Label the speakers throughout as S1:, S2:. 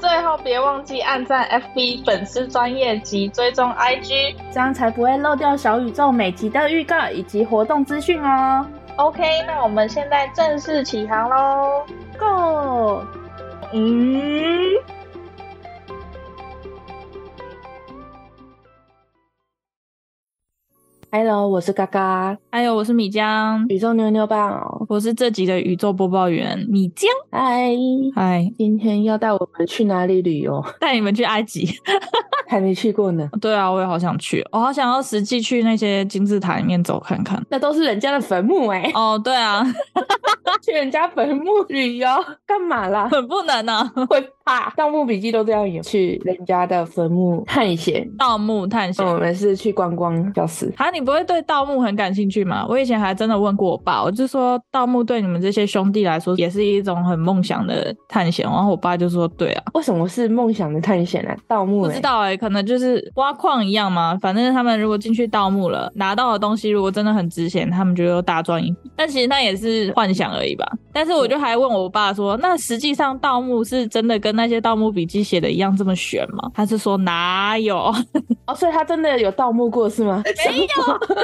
S1: 最后别忘记按赞 FB 粉丝专业及追踪 IG。
S2: 这样才不会漏掉小宇宙每集的预告以及活动资讯哦。
S1: OK，那我们现在正式起航喽
S2: ，Go！
S1: 嗯，
S3: Hello，我是嘎嘎。
S4: 还哎有，我是米江，
S3: 宇宙妞妞
S2: 哦
S3: 棒。
S4: 我是这集的宇宙播报员米江。
S3: 嗨，
S4: 嗨，
S3: 今天要带我们去哪里旅游？
S4: 带你们去埃及。
S3: 还没去过呢，
S4: 对啊，我也好想去，我好想要实际去那些金字塔里面走看看。
S3: 那都是人家的坟墓哎、
S4: 哦，对啊，
S3: 哦去人家坟墓旅 游干嘛啦？
S4: 很不能啊，
S3: 会怕，《盗墓笔记》都这样演，去人家的坟墓探险。
S4: 盗墓探险。
S3: 那我们是去观光，要死。
S4: 啊，你不会对盗墓很感兴趣吗？我以前还真的问过我爸，我就说盗墓对你们这些兄弟来说也是一种很梦想的探险。然后我爸就说：“对啊，
S3: 为什么是梦想的探险啊？盗墓、
S4: 不
S3: 欸？
S4: 知道哎、可能就是挖矿一样嘛。反正他们如果进去盗墓了，拿到的东西如果真的很值钱，他们就又大赚一笔。但其实那也是幻想而已吧。但是我就还问我爸说：那实际上盗墓是真的跟那些《盗墓笔记》写的一样这么玄吗？他是说哪有？
S3: 哦，所以他真的有盗墓过 是吗？
S4: 没有，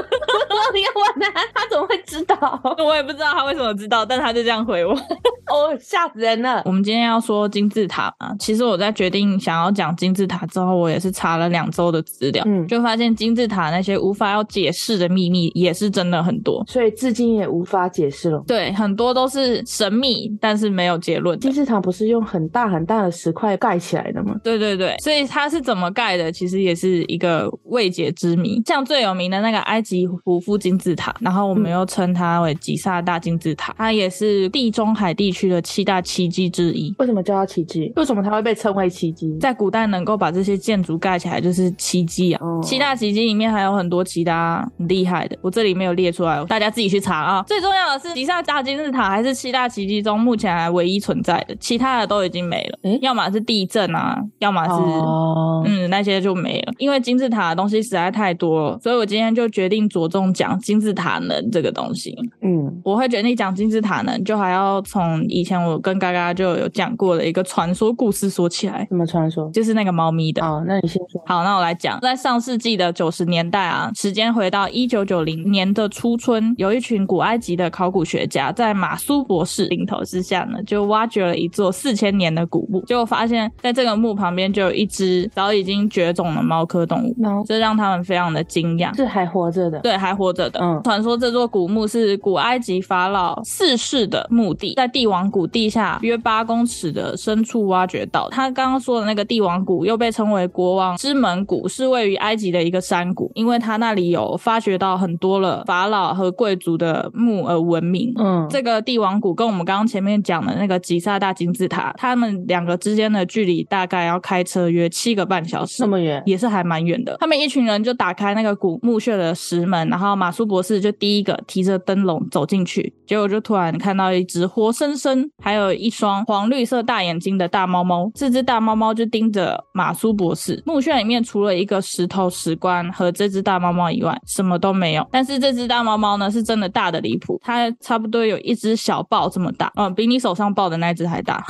S3: 你要问他，他怎么会知道？
S4: 我也不知道他为什么知道，但他就这样回我。
S3: 哦，吓死人了！
S4: 我们今天要说金字塔嘛，其实我在决定想要讲金字塔之后，我也是查了两周的资料，
S3: 嗯
S4: 就发现金字塔那些无法要解释的秘密也是真的很多。
S3: 所以至今也无法解释了。
S4: 对，很多都是神秘，但是没有结论的
S3: 金。字塔不是用很大很大的石块盖起来的吗？
S4: 对对对，所以它是怎么盖的，其实也是一个未解之谜。像最有名的那个埃及胡夫金字塔，然后我们
S3: 嗯
S4: 又称它为吉萨大金字塔，它也是地中海地区的七大奇迹之一。
S3: 为什么叫它奇迹？为什么它会被称为奇迹？
S4: 在古代能够把这些建筑盖起来就是奇迹啊！
S3: 哦
S4: 七大奇迹里面还有很多其他很厉害的，我这里没有列出来，哦大家自己去查啊。 最重要的是，吉萨大金字塔还是七大奇迹中目前还唯一存在的，其他的都已经没了，
S3: 诶
S4: 要么是地震啊，要么是、
S3: 哦，
S4: 嗯，那些就没了，因为金字塔的东西实在太多了，所以我今天就决定着重讲金字塔人这个东西。
S3: 嗯，
S4: 我会决定讲金字塔呢，就还要从以前我跟嘎嘎就有讲过的一个传说故事说起来，
S3: 什么传说？
S4: 就是那个猫咪的。
S3: 哦，那你先说。
S4: 好，那我来讲，在上世纪的九十年代啊，时间回到一九九零年的初春，有一群古埃及的考古学家在马苏博士领头之下呢，就挖掘了一座四千年的古墓，结果发现在这个墓旁边就有一只早已经绝种的猫科动物，
S3: 然后
S4: 这让他们非常的惊讶。
S3: 是还活着的。
S4: 对，还活着的。
S3: 嗯
S4: 传说这座古墓是古埃及法老四世的墓地，在帝王谷地下约八公尺的深处挖掘到。他刚刚说的那个帝王谷又被称为国王之门谷，是位于埃及的一个山谷，因为它那里有发掘到很多了法老和贵族的墓而闻名。
S3: 嗯，
S4: 这个帝王谷跟我们刚刚前面讲的那个吉萨大金字塔，它们两个之间的距离大概要开车约七个半小时
S3: 那。么远，
S4: 也是还蛮远的。他们一群人就打开那个古墓穴的石门，然后马苏博士就第一个提着灯笼走进去，结果就突然看到一只活生生还有一双黄绿色大眼睛的大猫猫。这只大猫猫就盯着马苏博士。墓穴里面除了一个石头石棺和这只大猫猫以外，什么都没有。但是这只大猫猫呢，是真的大的离谱，它差不多有一只小豹这么大，嗯，比你手上抱的那只还大。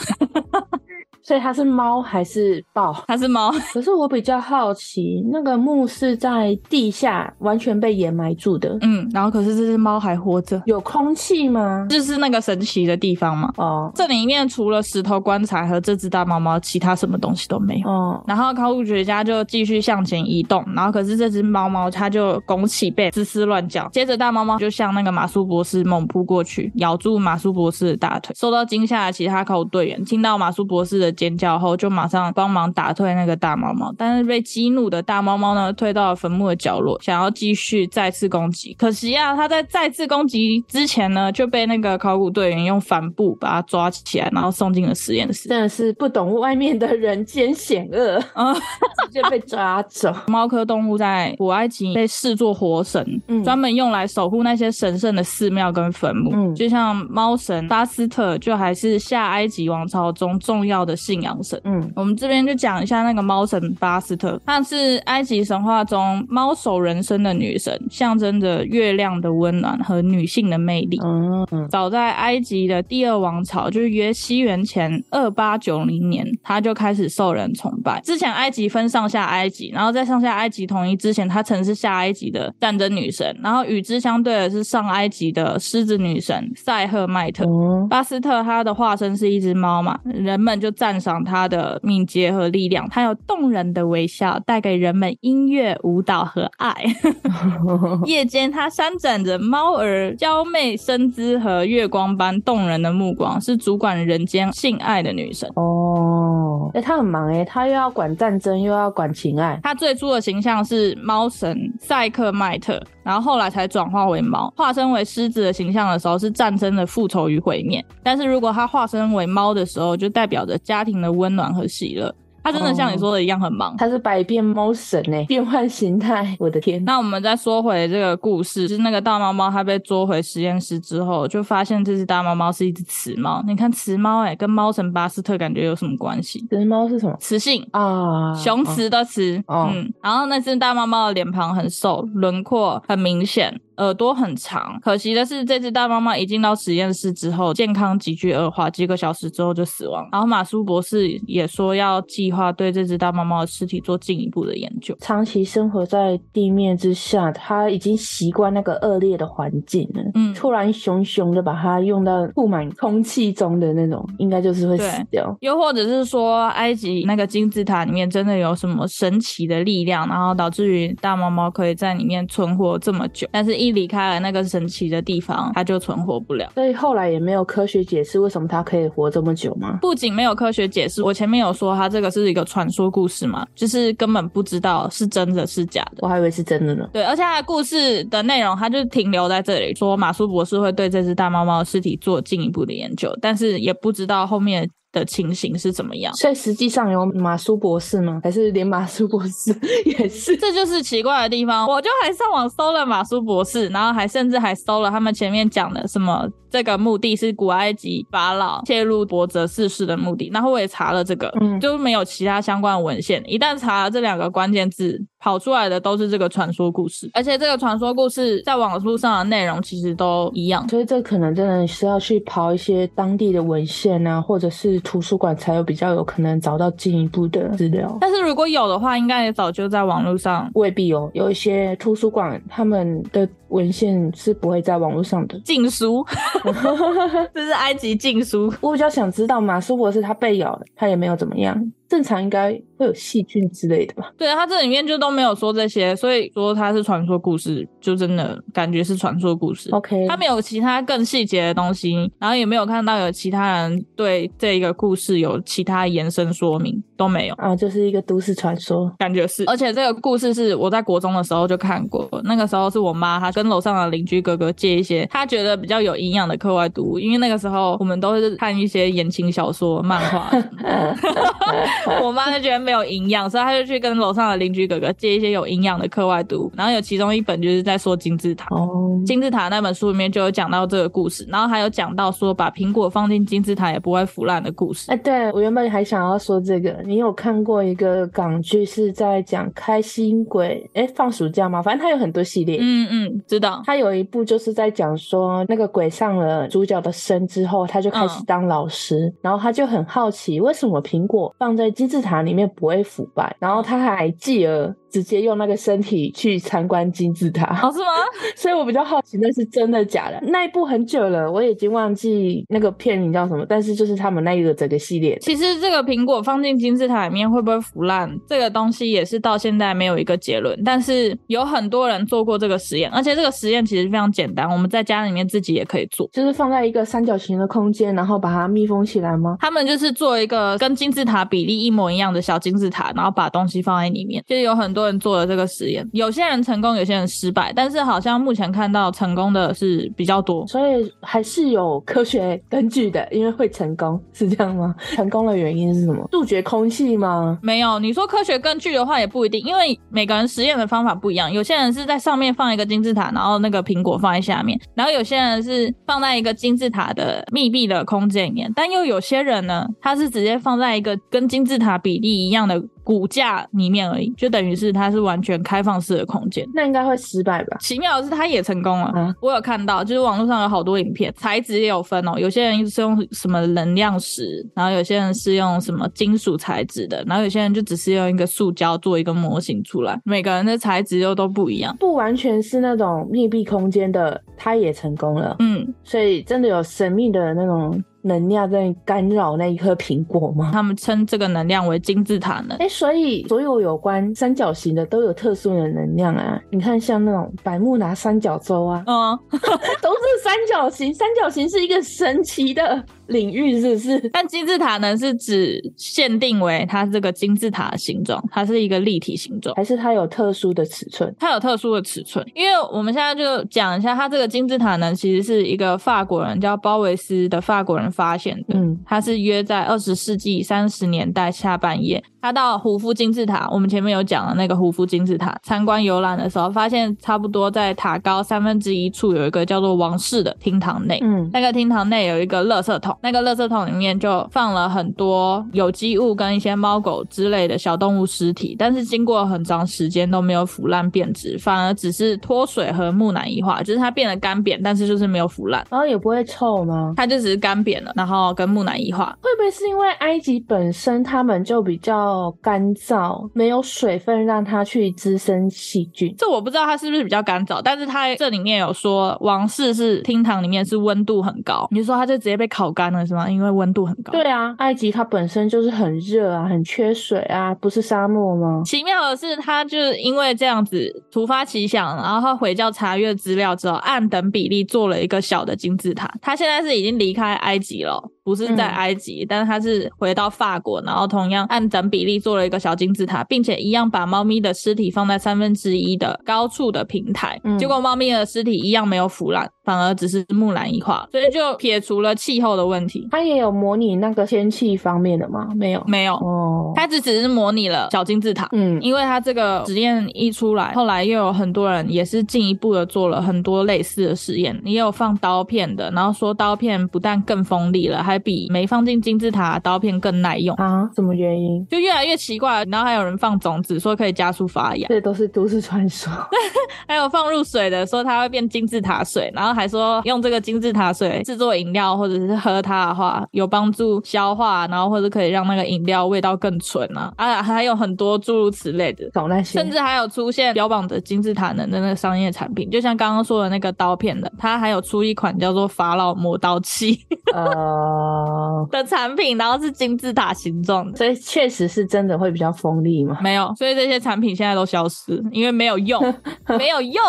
S3: 所以它是猫还是豹？
S4: 它是猫，
S3: 可是我比较好奇，那个墓是在地下完全被掩埋住的，
S4: 嗯，然后可是这只猫还活着。
S3: 有空气吗？
S4: 这是那个神奇的地方嘛，
S3: 哦
S4: 这里面除了石头棺材和这只大猫猫，其他什么东西都没有。
S3: 哦，
S4: 然后考古学家就继续向前移动，然后可是这只猫猫它就拱起背，吱吱乱叫。接着大猫猫就向那个马苏博士猛扑过去，咬住马苏博士的大腿。受到惊吓的其他考古队员听到马苏博士的尖叫后，就马上帮忙打退那个大猫猫。但是被激怒的大猫猫呢，退到了坟墓的角落，想要继续再次攻击。可惜啊，它在再次攻击之前呢，就被那个考古队员用帆布把它抓起来，然后送进了实验室。
S3: 真的是不懂外面的人间险恶，
S4: 嗯
S3: 直接被抓走。
S4: 猫科动物在古埃及被视作活神，
S3: 嗯
S4: 专门用来守护那些神圣的寺庙跟坟墓。
S3: 嗯
S4: 就像猫神巴斯特，就还是下埃及王朝中重要的信仰神。
S3: 嗯
S4: 我们这边就讲一下那个猫神巴斯特，她是埃及神话中猫手人身的女神，象征着月亮的温暖和女性的魅力。
S3: 嗯
S4: 早在埃及的第二王朝，就是约西元前二八九零年，他就开始受人崇拜。之前埃及分上下埃及，然后在上下埃及统一之前，她曾是下埃及的战争女神，然后与之相对的是上埃及的狮子女神塞赫迈特。
S3: 嗯
S4: 巴斯特他的化身是一只猫嘛，人们就赞赏他的敏捷和力量，他有动人的微笑，带给人们音乐、舞蹈和爱。
S3: 嗯
S4: 夜间，它伸展着猫儿娇媚身姿和月光般动人的目光，是主管人间性爱的女神。
S3: 哦，哎、他很忙哎、他又要管战争，又要管情爱。
S4: 她最初的形象是猫神赛克迈特，然后后来才转化为猫，化身为狮子的形象的时候是战争的复仇与毁灭，但是如果她化身为猫的时候，就代表着家庭的温暖和喜乐。她真的像你说的一样很忙。
S3: 他是百变猫神哎、变换形态，我的天！
S4: 那我们再说回这个故事，就是那个大猫猫它被捉回实验室之后，就发现这只大猫猫是一只雌猫。你看雌猫、欸，哎，跟猫神巴斯特感觉有什么关系？
S3: 只猫是什么
S4: 雌性。
S3: 啊？
S4: 雄雌的雌，
S3: 哦
S4: 嗯，然后那只大猫猫的脸庞很瘦，轮廓很明显，耳朵很长。可惜的是，这只大猫猫一进到实验室之后，健康急剧恶化，几个小时之后就死亡。然后马苏博士也说要计划对这只大猫猫的尸体做进一步的研究。
S3: 长期生活在地面之下，他已经习惯那个恶劣的环境了。
S4: 嗯
S3: 突然熊熊的把它用到布满空气中的那种，应该就是会
S4: 对
S3: 死掉。
S4: 又或者是说，埃及那个金字塔里面真的有什么神奇的力量，然后导致于大猫猫可以在里面存活这么久，但是一离开了那个神奇的地方，它就存活不了。
S3: 所以后来也没有科学解释为什么它可以活这么久吗？
S4: 不仅没有科学解释，我前面有说它这个是一个传说故事嘛，就是根本不知道是真的是假的。
S3: 我还以为是真的呢。
S4: 对，而且它的故事的内容，它就停留在这里，说马苏博士会对这只大猫猫的尸体做进一步的研究，但是也不知道后面的情形是怎么样。
S3: 所以实际上有马苏博士吗？还是连马苏博士 也是？
S4: 这就是奇怪的地方。我就还上网搜了马苏博士，然后还甚至还搜了他们前面讲的什么这个目的是古埃及法老介入伯泽逝世的目的，然后我也查了这个，
S3: 嗯
S4: 就没有其他相关的文献。一旦查了这两个关键字，跑出来的都是这个传说故事，而且这个传说故事在网络上的内容其实都一样。
S3: 所以这可能真的是要去刨一些当地的文献啊，或者是图书馆才有比较有可能找到进一步的资料。
S4: 但是如果有的话，应该也早就在网络上。
S3: 未必哦，有一些图书馆他们的文献是不会在网络上的
S4: 禁书， 这是埃及禁书。
S3: 我比较想知道马苏博士他被咬了，他也没有怎么样，正常应该会有细菌之类的吧？
S4: 对他这里面就都没有说这些，所以说他是传说故事，就真的感觉是传说故事。
S3: OK，
S4: 他没有其他更细节的东西，然后也没有看到有其他人对这一个故事有其他延伸说明，都没有。
S3: 啊，就是一个都市传说。
S4: 感觉是，而且这个故事是我在国中的时候就看过，那个时候是我妈她跟楼上的邻居哥哥借一些她觉得比较有营养的课外读物，因为那个时候我们都是看一些言情小说、漫画什么的
S3: 嗯，
S4: 我妈就觉得没有营养，所以她就去跟楼上的邻居哥哥借一些有营养的课外读物，然后有其中一本就是在说金字塔。
S3: 哦，
S4: 金字塔那本书里面就有讲到这个故事，然后还有讲到说把苹果放进金字塔也不会腐烂的故事。
S3: 哎，对我原本还想要说这个，你有看过一个港剧是在讲开心鬼？哎，放暑假吗？反正它有很多系列。
S4: 嗯嗯，知道。
S3: 它有一部就是在讲说，那个鬼上了主角的身之后，他就开始
S4: 嗯
S3: 当老师，然后他就很好奇为什么苹果放在金字塔里面不会腐败，然
S4: 嗯
S3: 后他还继而直接用那个身体去参观金字塔，
S4: 哦，是吗？
S3: 所以我比较好奇那是真的假的。那一部很久了，我已经忘记那个片名叫什么，但是就是他们那一个整个系列的
S4: 其实这个苹果放进金字塔里面会不会腐烂，这个东西也是到现在没有一个结论。但是有很多人做过这个实验，而且这这个实验其实非常简单，我们在家里面自己也可以做。
S3: 就是放在一个三角形的空间，然后把它密封起来吗？
S4: 他们就是做一个跟金字塔比例一模一样的小金字塔，然后把东西放在里面。就是有很多人做了这个实验，有些人成功，有些人失败，但是好像目前看到成功的是比较多。
S3: 所以还是有科学根据的，因为会成功，是这样吗？成功的原因是什么？杜绝空气吗？
S4: 没有，你说科学根据的话也不一定，因为每个人实验的方法不一样。有些人是在上面放一个金字塔，然后那个苹果放在下面，然后有些人是放在一个金字塔的密闭的空间里面，但又有些人呢，他是直接放在一个跟金字塔比例一样的骨架里面而已，就等于是它是完全开放式的空间。
S3: 那应该会失败吧？
S4: 奇妙的是，他也成功了。
S3: 啊
S4: 我有看到，就是网络上有好多影片，材质也有分哦。有些人是用什么能量石，然后有些人是用什么金属材质的，然后有些人就只是用一个塑胶做一个模型出来。每个人的材质又都不一样。
S3: 不完全是那种密闭空间的，它也成功了。
S4: 嗯，
S3: 所以真的有神秘的那种能量在干扰那一颗苹果吗？
S4: 他们称这个能量为金字塔能。
S3: 哎，所以所有有关三角形的都有特殊的能量啊！你看，像那种百慕达三角洲啊，
S4: 嗯，
S3: 都是三角形。三角形是一个神奇的领域，是不是？
S4: 但金字塔能是指限定为它这个金字塔的形状，它是一个立体形状。
S3: 还是它有特殊的尺寸？
S4: 它有特殊的尺寸，因为我们现在就讲一下，它这个金字塔呢，其实是一个法国人叫鲍维斯的法国人发现的。
S3: 嗯，
S4: 他是约在二十世纪三十年代下半叶，他到胡夫金字塔，我们前面有讲的那个胡夫金字塔参观游览的时候，发现差不多在塔高三分之一处有一个叫做王室的厅堂内，
S3: 嗯，
S4: 那个厅堂内有一个垃圾桶，那个垃圾桶里面就放了很多有机物跟一些猫狗之类的小动物尸体，但是经过很长时间都没有腐烂变质，反而只是脱水和木乃伊化，就是它变得干瘪，但是就是没有腐烂，
S3: 然后也不会臭吗？
S4: 它就只是干瘪了，然后跟木乃伊化。
S3: 会不会是因为埃及本身他们就比较干燥，没有水分让它去滋生细菌？
S4: 这我不知道它是不是比较干燥，但是它这里面有说王室是厅堂里面是温度很高，你是说它就直接被烤干了是吗？因为温度很高。
S3: 对啊，埃及它本身就是很热啊，很缺水啊，不是沙漠吗？
S4: 奇妙的是，他就是因为这样子突发奇想，然后回教查阅资料之后，按等比例做了一个小的金字塔。他现在是已经离开埃及了，不是在
S3: 嗯
S4: 埃及，但是他是回到法国，然后同样按等比例做了一个小金字塔，并且一样把猫咪的尸体放在三分之一的高处的平台。
S3: 嗯
S4: 结果猫咪的尸体一样没有腐烂，反而只是木乃伊化，所以就撇除了气候的问题，
S3: 它也有模拟那个天气方面的吗？没有，
S4: 没有，
S3: 哦，
S4: 它只只是模拟了小金字塔。
S3: 嗯，
S4: 因为他这个实验一出来，后来又有很多人也是进一步的做了很多类似的实验，也有放刀片的，然后说刀片不但更锋利了，还比没放进金字塔的刀片更耐用，
S3: 啊，什么原因？
S4: 就越来越奇怪。然后还有人放种子，说可以加速发芽，
S3: 这都是都市传说。
S4: 还有放入水的，说它会变金字塔水，然后还说用这个金字塔水制作饮料或者是喝它的话，有帮助消化，然后或者可以让那个饮料味道更纯啊，啊，还有很多诸如此类的。
S3: 搞那些，
S4: 甚至还有出现标榜的金字塔人的那个商业产品，就像刚刚说的那个刀片的，它还有出一款叫做法老磨刀器
S3: 呃，
S4: 的产品，然后是金字塔形状的。
S3: 所以确实是真的会比较锋利嘛，
S4: 没有，所以这些产品现在都消失，因为没有用，没有用。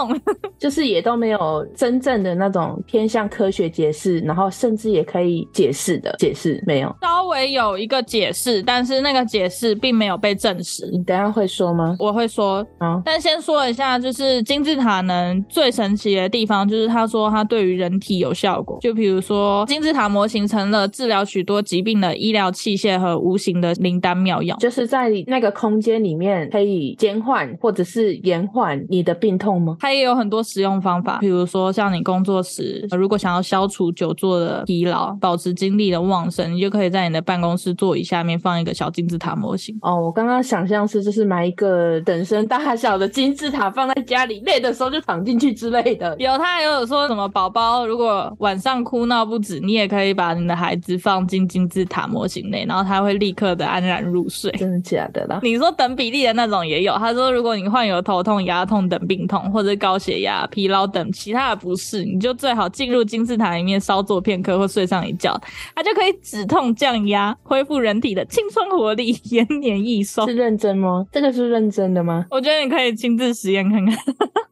S3: 就是也都没有真正的那种偏向科学解释，然后甚至也可以解释的解释没有。
S4: 稍微有一个解释，但是那个解释并没有被证实。
S3: 你等一下会说吗？
S4: 我会说，
S3: 啊，
S4: 但先说一下，就是金字塔能最神奇的地方，就是他说它对于人体有效果。就比如说，金字塔模型成了治疗许多疾病的医疗器械和无形的灵丹妙药。
S3: 就是在那个空间里面可以减缓或者是延缓你的病痛吗？
S4: 它也有很多使用方法，比如说像你工作时，如果想要消除久坐的疲劳，保持精力的旺盛，你就可以在你的办公室座椅下面放一个小金字塔模型。
S3: 哦，我刚刚想象是就是买一个等身大小的金字塔放在家里，累的时候就躺进去之类的。
S4: 有，他还有说什么宝宝如果晚上哭闹不止，你也可以把你的孩孩子放进金字塔模型内，然后他会立刻的安然入睡。
S3: 真的假的啦？
S4: 你说等比例的那种也有，他说如果你患有头痛、牙痛等病痛，或者高血压、疲劳等其他的不适，你就最好进入金字塔里面稍坐片刻或睡上一觉，它就可以止痛降压，恢复人体的青春活力，延年益寿
S3: 是。认真吗？这个是认真的吗？
S4: 我觉得你可以亲自实验看看。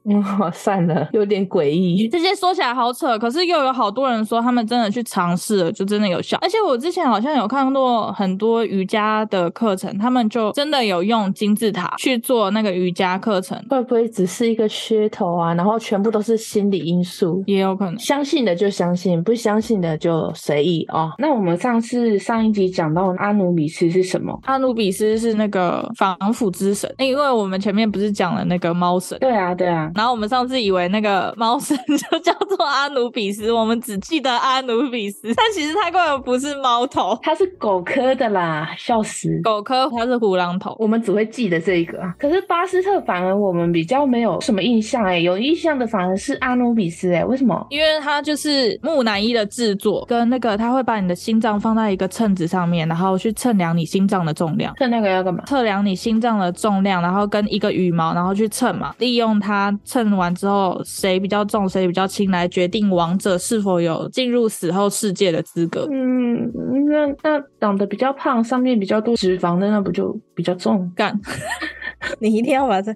S3: 嗯， 算了，有点诡异。
S4: 这些说起来好扯，可是又有好多人说他们真的去尝试了，就真的有效。而且我之前好像有看过很多瑜伽的课程，他们就真的有用金字塔去做那个瑜伽课程，
S3: 会不会只是一个噱头啊？然后全部都是心理因素？
S4: 也有可能。
S3: 相信的就相信，不相信的就随意哦。那我们上次上一集讲到阿努比斯是什么？
S4: 阿努比斯是那个防腐之神，因为我们前面不是讲了那个猫神，
S3: 对啊，对啊，
S4: 然后我们上次以为那个猫神 就叫做阿努比斯，我们只记得阿努比斯，但其实它根本不是猫头，
S3: 它是狗科的啦，笑死。
S4: 狗科它是虎狼头。
S3: 我们只会记得这一个，可是巴斯特反而我们比较没有什么印象哎、有印象的反而是阿努比斯哎、为什么？
S4: 因为它就是木乃伊的制作，跟那个它会把你的心脏放在一个秤子上面，然后去称量你心脏的重量，
S3: 测那个要干嘛？
S4: 测量你心脏的重量，然后跟一个羽毛，然后去称嘛，利用它称完之后谁比较重谁比较轻来决定王者是否有进入死后世界的资格。
S3: 嗯，那那长得比较胖，上面比较多脂肪的那不就比较重？
S4: 干， 你一定要 把这，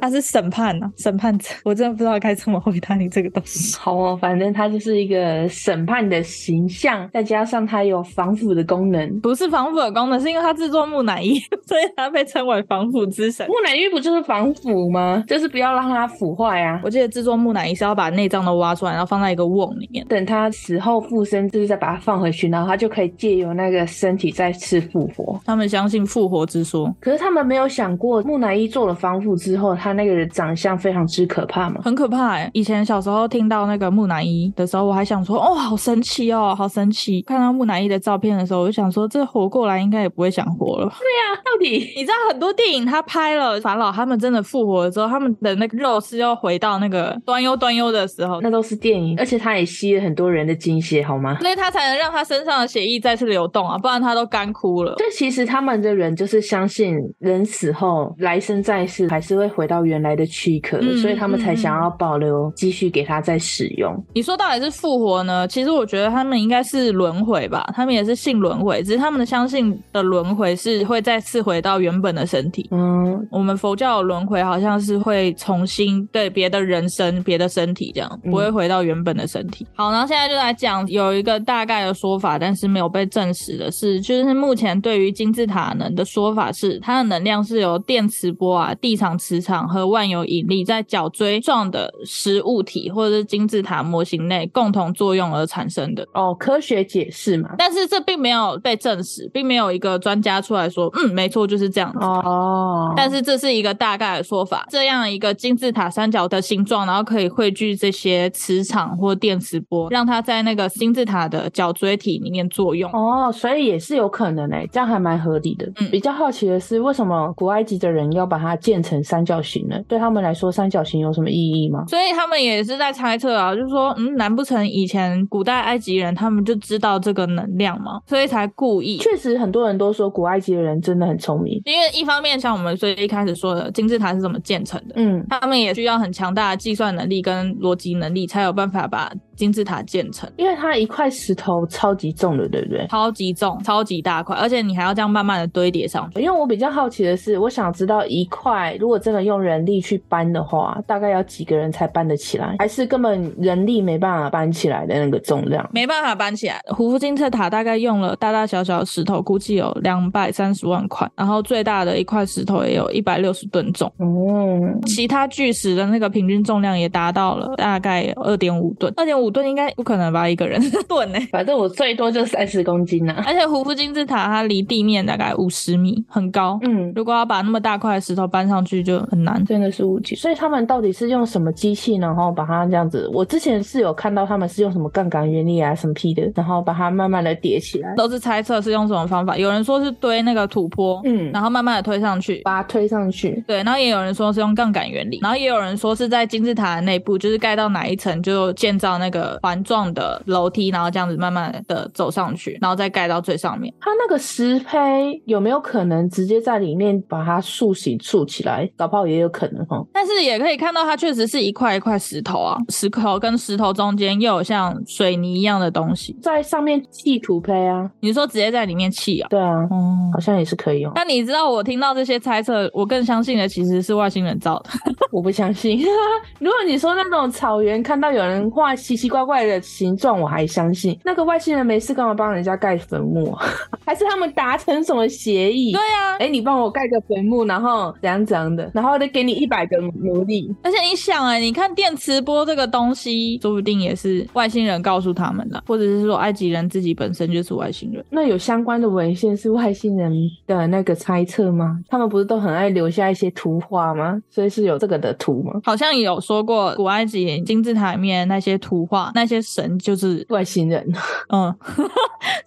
S4: 他是审判啊，审判者，我真的不知道该怎么回答你这个东西。
S3: 好哦，反正它就是一个审判的形象，再加上它有防腐的功能。
S4: 不是防腐的功能，是因为它制作木乃伊， 所以它被称为防腐之神。
S3: 木乃伊不就是防腐吗？就是不要让它腐坏啊。
S4: 我记得制作木乃伊是要把内脏都挖出来，然后放在一个瓮里面。
S3: 等它死后复生，就是再把它放回去，然后它就可以借由那个身体再次复活。
S4: 他们相信复活之说，
S3: 可是他们没有想过，木乃伊做了防腐之后，他那个人长相非常之可怕嘛。
S4: 很可怕哎、以前小时候听到那个木乃伊的时候，我还想说，哦，好神奇哦，好神奇。看到木乃伊的照片的时候，我就想说，这活过来应该也不会想活了。
S3: 对呀、到底
S4: 你知道很多电影他拍了法老他们真的复活了之后，他们的那个肉是要回到那个端悠端悠的时候，
S3: 那都是电影，而且他也吸了很多人的精血，好吗？
S4: 所以他才能让他身上的血液再次流动啊，不然他都干枯了。
S3: 这其实他们的人就是相信人死后来生再世还是会回到原来的躯壳，
S4: 嗯
S3: 所以他们才
S4: 嗯
S3: 想要保留，继续给它再使用。
S4: 你说到底是复活呢？其实我觉得他们应该是轮回吧，他们也是信轮回，只是他们的相信的轮回是会再次回到原本的身体。
S3: 嗯，
S4: 我们佛教的轮回好像是会重新对别的人生、别的身体这样，
S3: 嗯
S4: 不会回到原本的身体。好，然后现在就来讲有一个大概的说法，但是没有被证实的是，就是目前对于金字塔能的说法是，它的能量是由电磁波啊、地场磁场和万有引力在角锥状的实物体或者是金字塔模型内共同作用而产生的。
S3: 哦，科学解释嘛。
S4: 但是这并没有被证实，并没有一个专家出来说，嗯，没错，就是这样子。
S3: 哦，
S4: 但是这是一个大概的说法。这样一个金字塔三角的形状，然后可以汇聚这些磁场或电磁波，让它在那个金字塔的角锥体里面作用。
S3: 哦，所以也是有可能诶、这样还蛮合理的。
S4: 嗯
S3: 比较好奇的是，为什么古埃及的人要把它建成三角形呢？对他们来说，三角形有什么意义吗？
S4: 所以他们也是在猜测啊，就是说，嗯，难不成以前古代埃及人他们就知道这个能量吗？所以才故意。
S3: 确实，很多人都说古埃及的人真的很聪明。
S4: 因为一方面，像我们最一开始说的，金字塔是怎么建成的，
S3: 嗯，
S4: 他们也需要很强大的计算能力跟逻辑能力，才有办法把金字塔建成。
S3: 因为它一块石头超级重的，对不对？
S4: 超级重、超级大块，而且你还要这样慢慢的堆叠上去。
S3: 因为我比较好奇的是，我想知道一块如果真的用人力去搬的话，大概要几个人才搬得起来，还是根本人力没办法搬起来的那个重量？
S4: 没办法搬起来。胡夫金字塔大概用了大大小小的石头，估计有两百三十万块，然后最大的一块石头也有一百六十吨重，
S3: 嗯，
S4: 其他巨石的那个平均重量也达到了大概二点五吨，二点五吨应该不可能吧，一个人 吨呢、
S3: 反正我最多就三十公斤啦、
S4: 而且胡夫金字塔它离地面大概五十米，很高。
S3: 嗯，
S4: 如果要把那么大块的石头搬上去就很难。
S3: 真的是误解。所以他们到底是用什么机器，然后把它这样子？我之前是有看到他们是用什么杠杆原理啊什么屁的，然后把它慢慢的叠起来，
S4: 都是猜测是用什么方法，有人说是堆那个土坡，
S3: 嗯，
S4: 然后慢慢的推上去，
S3: 把它推上去。
S4: 对，然后也有人说是用杠杆原理，然后也有人说是在金字塔的内部，就是盖到哪一层就建造那个环状的楼梯，然后这样子慢慢的走上去，然后再盖到最上面。
S3: 它那个石胚有没有可能直接在里面把它塑形塑起来？搞不好也有可能哦哈。
S4: 但是也可以看到，它确实是一块一块石头啊，石头跟石头中间又有像水泥一样的东西。
S3: 在上面砌土胚啊，
S4: 你说直接在里面砌啊？
S3: 对啊，
S4: 哦
S3: 好像也是可以哦。
S4: 那你知道我听到这些猜测，我更相信的其实是外星人造的。
S3: 我不相信。 如果你说那种草原看到有人画奇奇怪怪的形状，我还相信。那个外星人没事干嘛帮人家盖坟墓啊？ 还是他们达成什么协议？
S4: 对啊，
S3: 哎、你帮我盖个坟墓，然后怎样怎样的，然后再给你一百个奴隶。
S4: 而且你想哎、你看电磁波这个东西，说不定也是外星人告诉他们的，或者是说埃及人自己本身就是外星人。
S3: 那有相关的文献是外星人的那个猜测吗？他们不是都很爱留下一些图画吗？所以是有这个的图吗？
S4: 好像有说过，古埃及金字塔里面那些图画，那些神就是
S3: 外星人，
S4: 嗯，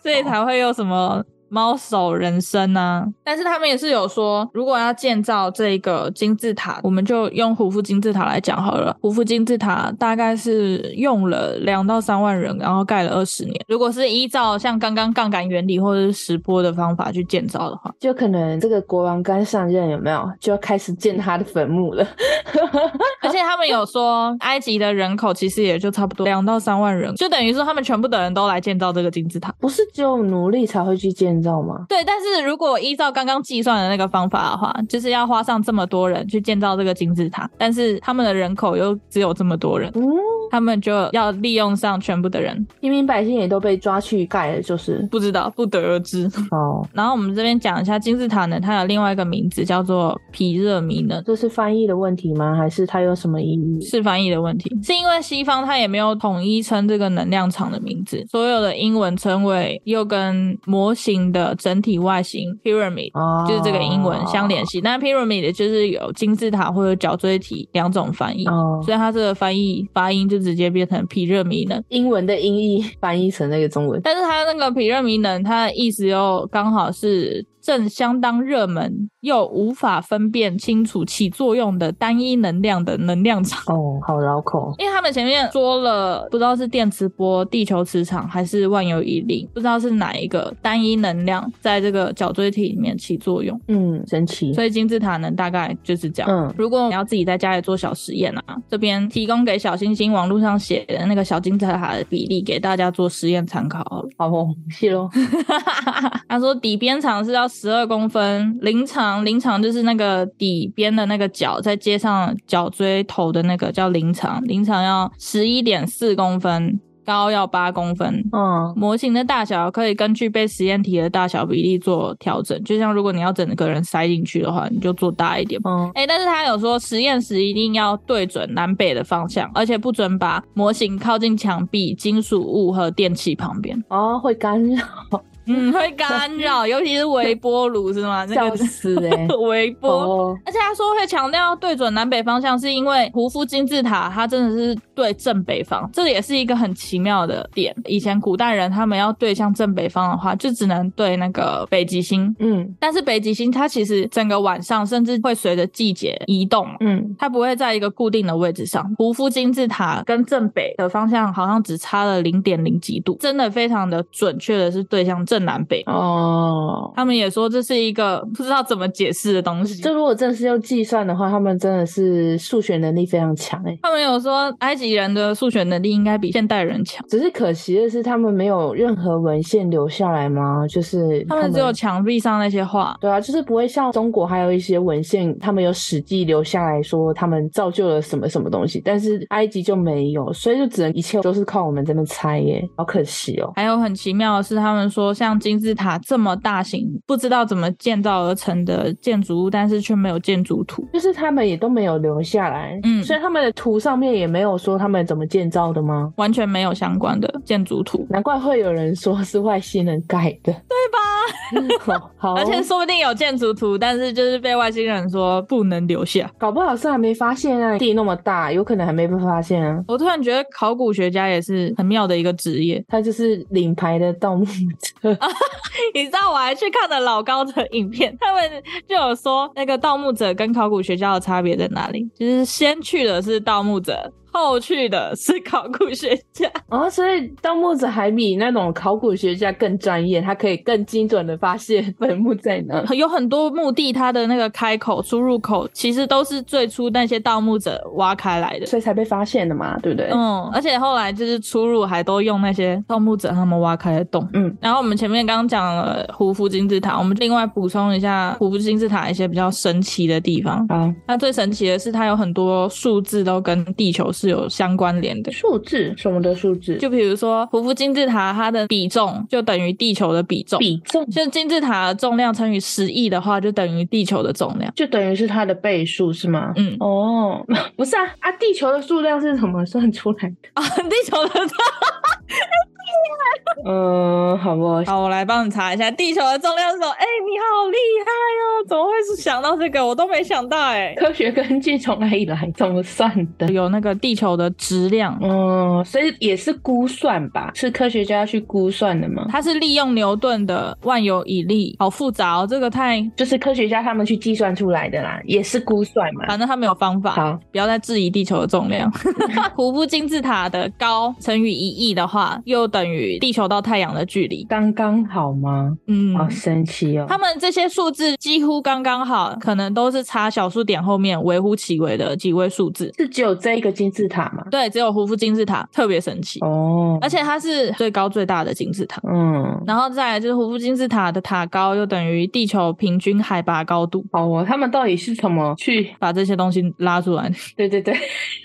S4: 所以才会有什么猫手人身啊。但是他们也是有说，如果要建造这个金字塔，我们就用胡夫金字塔来讲好了。胡夫金字塔大概是用了两到三万人，然后盖了二十年。如果是依照像刚刚杠杆原理或者是石波的方法去建造的话，
S3: 就可能这个国王刚上任有没有就要开始建他的坟墓了？
S4: 而且他们有说，埃及的人口其实也就差不多两到三万人，就等于说他们全部的人都来建造这个金字塔。
S3: 不是只有奴隶才会去建造吗？
S4: 对，但是如果依照刚刚计算的那个方法的话，就是要花上这么多人去建造这个金字塔，但是他们的人口又只有这么多人，
S3: 嗯，
S4: 他们就要利用上全部的人，
S3: 平民百姓也都被抓去盖了，就是
S4: 不知道，不得而知。
S3: 哦，
S4: 然后我们这边讲一下金字塔呢，它有另外一个名字叫做皮热米呢。
S3: 这是翻译的问题吗？还是它有什么意义？
S4: 是翻译的问题，是因为西方它也没有统一称这个能量场的名字，所有的英文称谓又跟模型的整体外形 pyramid
S3: 哦，
S4: 就是这个英文相联系。那 pyramid 就是有金字塔或者角锥体两种翻译，
S3: 哦，
S4: 所以它这个翻译发音就直接变成皮热迷能。
S3: 英文的音译翻译成那个中文。
S4: 但是它那个皮热迷能，它的意思又刚好是正相当热门又无法分辨清楚起作用的单一能量的能量场。
S3: 哦，好绕口。
S4: 因为他们前面说了，不知道是电磁波、地球磁场还是万有引力，不知道是哪一个单一能量在这个角锥体里面起作用，
S3: 嗯，神奇。
S4: 所以金字塔呢大概就是这样。
S3: 嗯
S4: 如果你要自己在家里做小实验啊，这边提供给小星星网络上写的那个小金字塔的比例给大家做实验参考好了。
S3: 好哦，谢喽。
S4: 他说底边长是要十二公分，临长临长就是那个底边的那个角，再接上角锥头的那个叫临长，临长要十一点四公分，高要八公分。
S3: 嗯，
S4: 模型的大小可以根据被实验体的大小比例做调整，就像如果你要整个人塞进去的话，你就做大一点。
S3: 嗯，
S4: 哎、但是他有说实验时一定要对准南北的方向，而且不准把模型靠近墙壁、金属物和电器旁边。
S3: 哦，会干扰，
S4: 嗯，会干 扰，尤其是微波炉是吗？那
S3: 笑
S4: 个。
S3: 死哎、欸
S4: 微波。
S3: 哦，
S4: 而且他说会强调对准南北方向，是因为胡夫金字塔它真的是对正北方，这也是一个很奇妙的点。以前古代人他们要对向正北方的话，就只能对那个北极星，
S3: 嗯
S4: 但是北极星它其实整个晚上甚至会随着季节移动嘛，
S3: 嗯，
S4: 它不会在一个固定的位置上。胡夫金字塔跟正北的方向好像只差了零点零几度，真的非常的准确的是对向正南北。
S3: 哦。
S4: 他们也说这是一个不知道怎么解释的东西。
S3: 这如果真的是用计算的话，他们真的是数学能力非常强哎、
S4: 他们有说埃及人的数学能力应该比现代人强，
S3: 只是可惜的是，他们没有任何文献留下来吗？就是
S4: 他们只有墙壁上那些画。
S3: 对啊，就是不会像中国还有一些文献，他们有史记留下来说他们造就了什么什么东西，但是埃及就没有，所以就只能一切都是靠我们这边猜耶，好可惜哦。
S4: 还有很奇妙的是，他们说像金字塔这么大型，不知道怎么建造而成的建筑物，但是却没有建筑图。
S3: 就是他们也都没有留下来，
S4: 嗯
S3: 所以他们的图上面也没有说他们怎么建造的吗？
S4: 完全没有相关的建筑图，
S3: 难怪会有人说是外星人盖的，嗯
S4: 对吧？
S3: 好，好
S4: 而且说不定有建筑图，但是就是被外星人说不能留下。
S3: 搞不好是还没发现啊，地那么大，有可能还没被发现啊。
S4: 我突然觉得考古学家也是很妙的一个职业。
S3: 它就是领牌的盗墓者，
S4: 啊你知道我还去看了老高的影片， 他们就有说那个盗墓者跟考古学家的差别在哪里？就是先去的是盗墓者，后去的是考古学家。
S3: 哦，所以盗墓者还比那种考古学家更专业，他可以更精准的发现坟墓在哪。
S4: 有很多墓地，它的那个开口、出入口，其实都是最初那些盗墓者挖开来的。
S3: 所以才被发现的嘛，对不对？
S4: 嗯，而且后来就是出入还都用那些盗墓者他们挖开的洞。
S3: 嗯，
S4: 然后我们前面刚刚讲了胡夫金字塔，我们另外补充一下胡夫金字塔一些比较神奇的地方。
S3: 好，
S4: 那最神奇的是，它有很多数字都跟地球是有相关联的。
S3: 数字什么的数字，
S4: 就比如说胡夫金字塔，它的比重就等于地球的比重。
S3: 比重
S4: 就是金字塔的重量乘以十亿的话，就等于地球的重量。
S3: 就等于是它的倍数是吗？
S4: 嗯
S3: 哦， 不是啊啊，地球的数量是怎么算出来 的？
S4: 啊，地球的重，？
S3: 嗯，好不
S4: 好，我来帮你查一下地球的重量是什么。哎、你好厉害哦，怎么会是想到这个？我都没想到哎、
S3: 科学根据从哪里来？怎么算 的？
S4: 有那个地球的质量，
S3: 嗯，所以也是估算吧？是科学家去估算的吗？
S4: 它是利用牛顿的万有引力，好复杂哦，这个太，
S3: 就是科学家他们去计算出来的啦，也是估算嘛。
S4: 反正它没有方法。
S3: 好，
S4: 不要再质疑地球的重量。 胡夫金字塔的高乘以一亿的话，又等于地球到太阳的距离。
S3: 刚刚好吗？
S4: 嗯，
S3: 好神奇哦！
S4: 他们这些数字几乎刚刚好，可能都是差小数点后面微乎其微的几位数字。
S3: 是只有这一个金字塔吗？
S4: 对，只有胡夫金字塔特别神奇，
S3: 哦，
S4: 而且它是最高最大的金字塔。
S3: 嗯，
S4: 然后再来就是胡夫金字塔的塔高又等于地球平均海拔高度，
S3: 好哦，他们到底是怎么去？
S4: 把这些东西拉出来。
S3: 对对 对，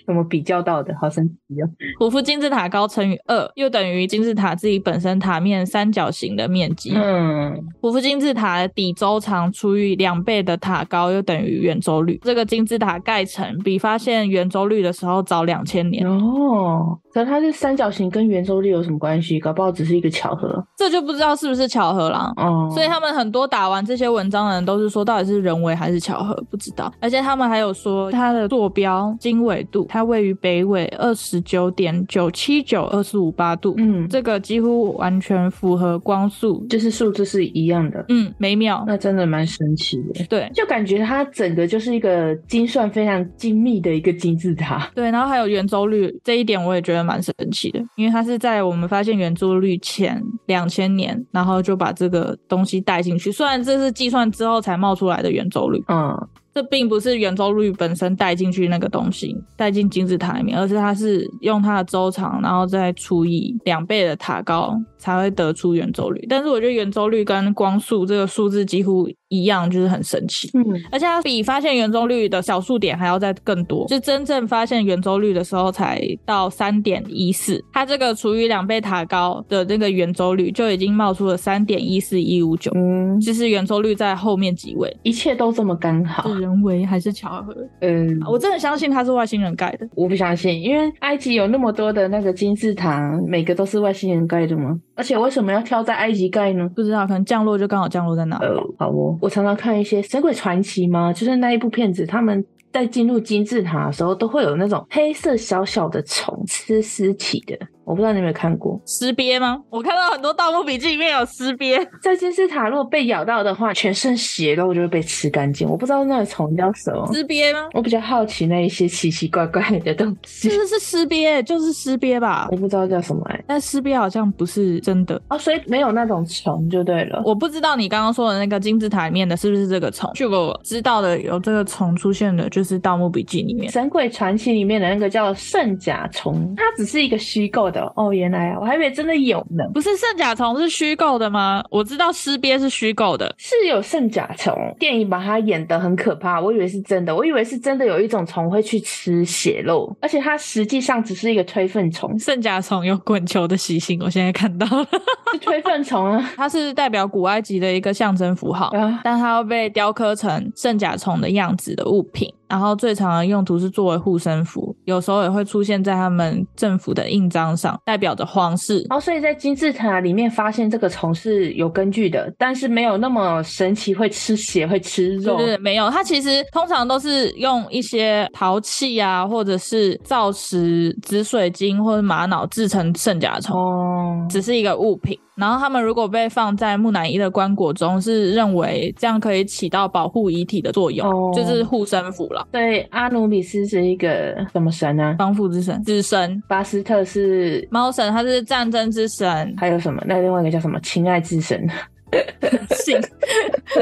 S3: 怎么比较到的？好神奇哦！
S4: 胡夫金字塔高乘以二，又等于金字塔自己本身塔面三角形的面积。
S3: 嗯，
S4: 胡夫金字塔的底周长除以两倍的塔高，又等于圆周率。这个金字塔盖成比发现圆周率的时候早两千年，
S3: 哦，可是它是三角形跟圆周率有什么关系？搞不好只是一个巧合
S4: 这就不知道是不是巧合啦。
S3: 哦。
S4: 所以他们很多打完这些文章的人都是说，到底是人为还是巧合，不知道。而且他们还有说，它的坐标经纬度，它位于北纬二十九点九七九二四五八度，
S3: 嗯，这
S4: 这个几乎完全符合光速，
S3: 就是数字是一样的，
S4: 嗯，每秒。
S3: 那真的蛮神奇的。
S4: 对
S3: 就感觉它整个就是一个精算非常精密的一个金字塔。
S4: 对，然后还有圆周率这一点，我也觉得蛮神奇的，因为它是在我们发现圆周率前两千年，然后就把这个东西带进去。虽然这是计算之后才冒出来的圆周率，
S3: 嗯，
S4: 这并不是圆周率本身带进去那个东西，带进金字塔里面，而是它是用它的周长，然后再除以两倍的塔高，才会得出圆周率。但是我觉得圆周率跟光速这个数字几乎一样，就是很神奇。
S3: 嗯，
S4: 而且它比发现圆周率的小数点还要再更多，就真正发现圆周率的时候才到三点一四，它这个除以两倍塔高的那个圆周率就已经冒出了三点一四一五九，
S3: 嗯，
S4: 就是圆周率在后面几位，
S3: 一切都这么刚好。
S4: 是人为还是巧合？
S3: 嗯，
S4: 我真的相信它是外星人盖的，
S3: 我不相信，因为埃及有那么多的那个金字塔，每个都是外星人盖的吗？而且为什么要挑在埃及盖呢？
S4: 不知道可能降落就刚好降落在那。
S3: 呃，好哦，我常常看一些《神鬼传奇》嘛，就是那一部片子，他们在进入金字塔的时候，都会有那种黑色小小的虫吃尸体的。我不知道你有没有看过，
S4: 尸鳖吗？我看到很多《盗墓笔记》里面有尸鳖，
S3: 在金字塔如果被咬到的话，全身血肉就会被吃干净。我不知道那个虫叫什么，
S4: 尸鳖吗？
S3: 我比较好奇那一些奇奇怪怪的东西
S4: 是，是是尸鳖，就是尸鳖吧
S3: 我。不知道叫什么哎、
S4: 但尸鳖好像不是真的，
S3: 哦，所以没有那种虫就对了。
S4: 我不知道你刚刚说的那个金字塔里面的是不是这个虫。据我知道的，有这个虫出现的就是《盗墓笔记》里面
S3: 《神鬼传奇》里面的那个叫圣甲虫，它只是一个虚构的哦。原来啊，我还以为真的有呢。
S4: 不是圣甲虫是虚构的吗？我知道尸鳖是虚构的，，
S3: 是有圣甲虫，电影把它演得很可怕，我以为是真的，我以为是真的有一种虫会去吃血肉，而且它实际上只是一个推粪虫
S4: 圣甲虫有滚球的习性，我现在看到了，
S3: 是推粪虫啊
S4: 它是代表古埃及的一个象征符号。
S3: 啊！
S4: 但它会被雕刻成圣甲虫的样子的物品，然后最常的用途是作为护身符，有时候也会出现在他们政府的印章上，代表着皇室。
S3: 哦，所以在金字塔里面发现这个虫是有根据的，但是没有那么神奇，会吃血，会吃
S4: 就
S3: 肉。
S4: 是没有，它其实通常都是用一些陶器啊，或者是造石、紫水晶或者玛瑙制成圣甲虫。
S3: 哦，
S2: 哦，
S4: 只是一个物品。然后他们如果被放在木乃伊的棺椁中，是认为这样可以起到保护遗体的作用，
S3: 哦
S4: 就是护身符了。
S3: 所以阿努比斯是一个什么神呢、
S4: 防护之神、之神、
S3: 巴斯特是
S4: 猫神，它是战争之神，
S3: 还有什么？那另外一个叫什么？情爱之神，
S4: 性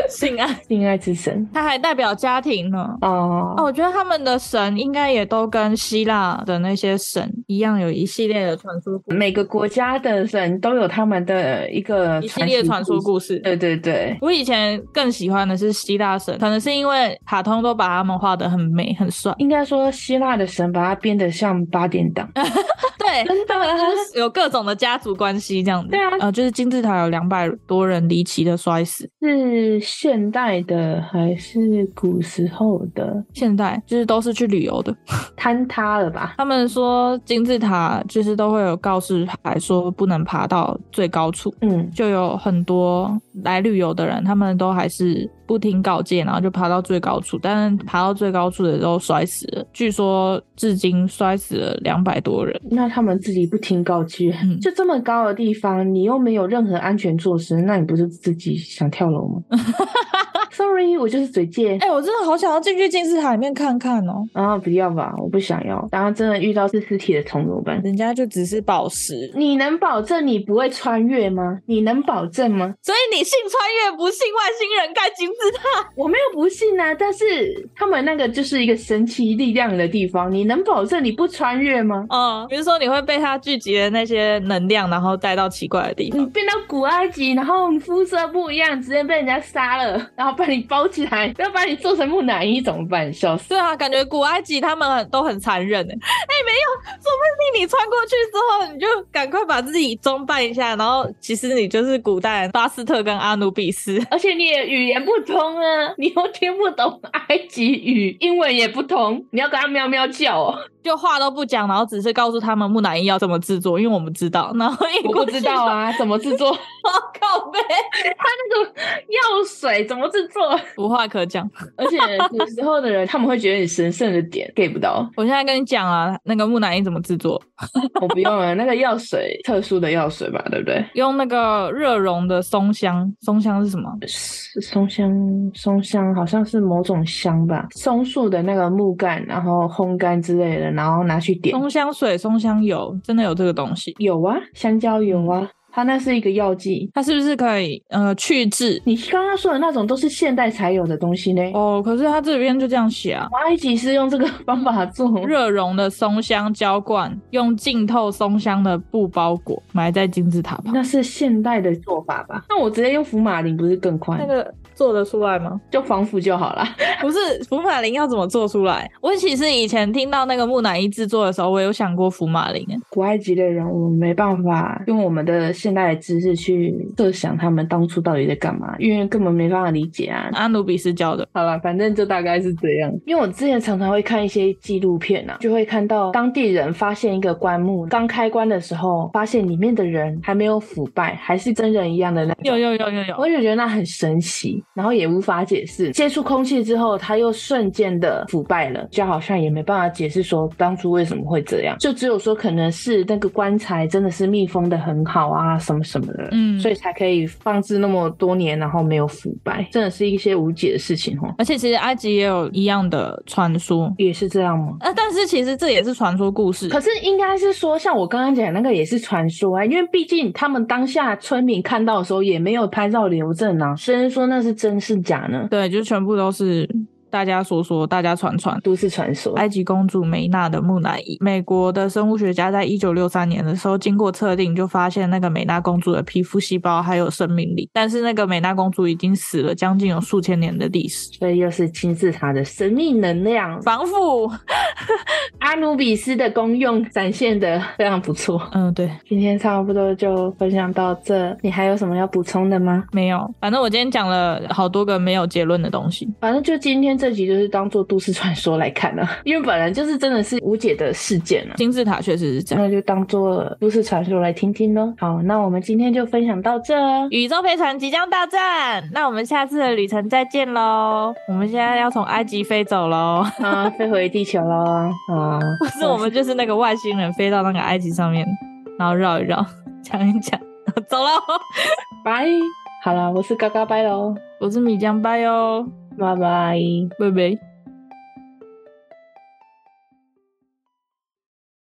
S4: 性爱，
S3: 性爱之神。
S4: 它还代表家庭呢。
S3: 哦
S4: 哦，我觉得他们的神应该也都跟希腊的那些神一样，有一系列的传说故
S3: 每个国家的神都有他们的一个
S4: 一系列嗯传说
S3: 事。
S4: 故事。
S3: 对对对，
S4: 我以前更喜欢的是希腊神，可能是因为卡通都把他们画的很美很 帅。
S3: 应该说希腊的神把它编得像八点档。
S4: 对，
S3: 真的啊
S4: 就是有各种的家族关系这样子。
S3: 对啊
S4: 呃，就是金字塔有两百多人离奇的摔死，
S3: 是现代的还是古时候的？
S4: 现代就是都是去旅游的。
S3: 坍塌了吧？
S4: 他们说金字塔就是都会有告示牌说不能爬到最高处，
S3: 嗯，
S4: 就有很多来旅游的人，他们都还是不听告诫，然后就爬到最高处，但是爬到最高处的时候摔死了，据说至今摔死了两百多人。
S3: 那他们自己不听告知，
S4: 嗯
S3: 就这么高的地方，你又没有任何安全措施，那你不是自己想跳楼 吗？Sorry，我就是嘴贱。
S4: 哎、我真的好想要进去金字塔里面看看哦。
S3: 啊，不要吧，我不想要。然后真的遇到是尸体的虫怎么办？
S4: 人家就只是宝石，
S3: 你能保证你不会穿越吗？你能保证吗？
S4: 所以你性穿越不信外星人盖金字塔？
S3: 我没有不信啊，但是他们那个就是一个神奇力量的地方，你能保证你不穿越吗？
S4: 嗯，比如说你会被它聚集的那些能量，然后带到奇怪的地
S3: 你
S4: 方。
S3: 变到古埃及，然后你肤色不一样，直接被人家杀了，然后把你包起来，要把你做成木乃伊，怎么办？笑死！
S4: 对啊，感觉古埃及他们很都很残忍哎、哎、没有，说不定你穿过去之后，你就赶快把自己装扮一下，然后其实你就是古代巴斯特跟阿努比斯。
S3: 而且你也语言不通啊，你又听不懂埃及语，英文也不通，你要跟他喵喵叫哦。
S4: 就话都不讲，然后只是告诉他们木乃伊要怎么制作，因为我们知道。然后一
S3: 我不知道
S4: 啊，
S3: 啊，怎么制作
S4: 靠背，
S3: 那个药水？怎么制作？
S4: 无话可讲。
S3: 而且古时候的人，他们会觉得你神圣的点 get 不到。
S4: 我现在跟你讲啊，那个木乃伊怎么制作，
S3: 我不用了，那个药水，特殊的药水吧，对不对？
S4: 用那个热熔的松香，松香是什么？
S3: 是松香，松香好像是某种香吧，松树的那个木干，然后烘干之类的，然后拿去点。
S4: 松香水、松香油，真的有这个东西。
S3: 有啊，香蕉有啊，它那是一个药剂。
S4: 它是不是可以呃去渍？
S3: 你刚刚说的那种都是现代才有的东西呢。
S4: 哦，可是它这边就这样写啊。
S3: 埃及是用这个 方法做，
S4: 热熔的松香浇灌，用浸透松香的布包裹，埋在金字塔旁。
S3: 那是现代的做法吧？那我直接用福马林不是更快？
S4: 个做得出来吗？
S3: 就防腐就好了。
S4: 不是福马林要怎么做出来？我其实以前听到那个木乃伊制作的时候，我有想过福马林，欸
S3: 古埃及的人，我们没办法用我们的现代的知识去设想他们当初到底在干嘛，因为根本没办法理解啊。
S4: 阿努比斯教的。
S3: 好了，反正就大概是这样。因为我之前常常会看一些纪录片啊，就会看到当地人发现一个棺木，刚开棺的时候，发现里面的人还没有腐败，还是真人一样的那种
S4: 有有有有有，
S3: 我就觉得那很神奇，然后也无法解释。接触空气之后，它又瞬间的腐败了，就好像也没办法解释说当初为什么会这样，就只有说可能是那个棺材真的是密封的很好啊，什么什么的，
S4: 嗯
S3: 所以才可以放置那么多年，然后没有腐败，真的是一些无解的事情哦。
S4: 而且其实埃及也有一样的传说，
S3: 也是这样吗？
S4: 呃，但是其实这也是传说故事。
S3: 可是应该是说，像我刚刚讲那个也是传说啊，因为毕竟他们当下村民看到的时候也没有拍照留证啊，虽然说那是真是假呢，
S4: 对，就全部都是大家说说，大家传传。
S3: 都市传说。
S4: 埃及公主梅娜的木乃伊，美国的生物学家在一九六三年的时候，经过测定就发现那个美娜公主的皮肤细胞还有生命力，但是那个美娜公主已经死了将近有数千年的历史。
S3: 所以又是金字塔的神秘能量，
S4: 防腐，
S3: 阿努比斯的功用展现的非常不错。
S4: 嗯，对，
S3: 今天差不多就分享到这，你还有什么要补充的吗？
S4: 没有，反正我今天讲了好多个没有结论的东西。
S3: 反正就今天这集就是当做都市传说来看了，因为本来就是真的是无解的事件了。
S4: 金字塔确实是这样。
S3: 那就当做都市传说来听听咯。好，那我们今天就分享到这，
S4: 宇宙飞船即将到站，那我们下次的旅程再见喽！我们现在要从埃及飞走喽，
S3: 啊，飞回地球喽，啊，
S4: 不是我们就是那个外星人飞到那个埃及上面，然后绕一绕。讲一讲，走了，
S3: 拜。好啦，我是嘎嘎拜喽，
S4: 我是米江拜哦，
S3: 拜拜。
S4: 拜拜。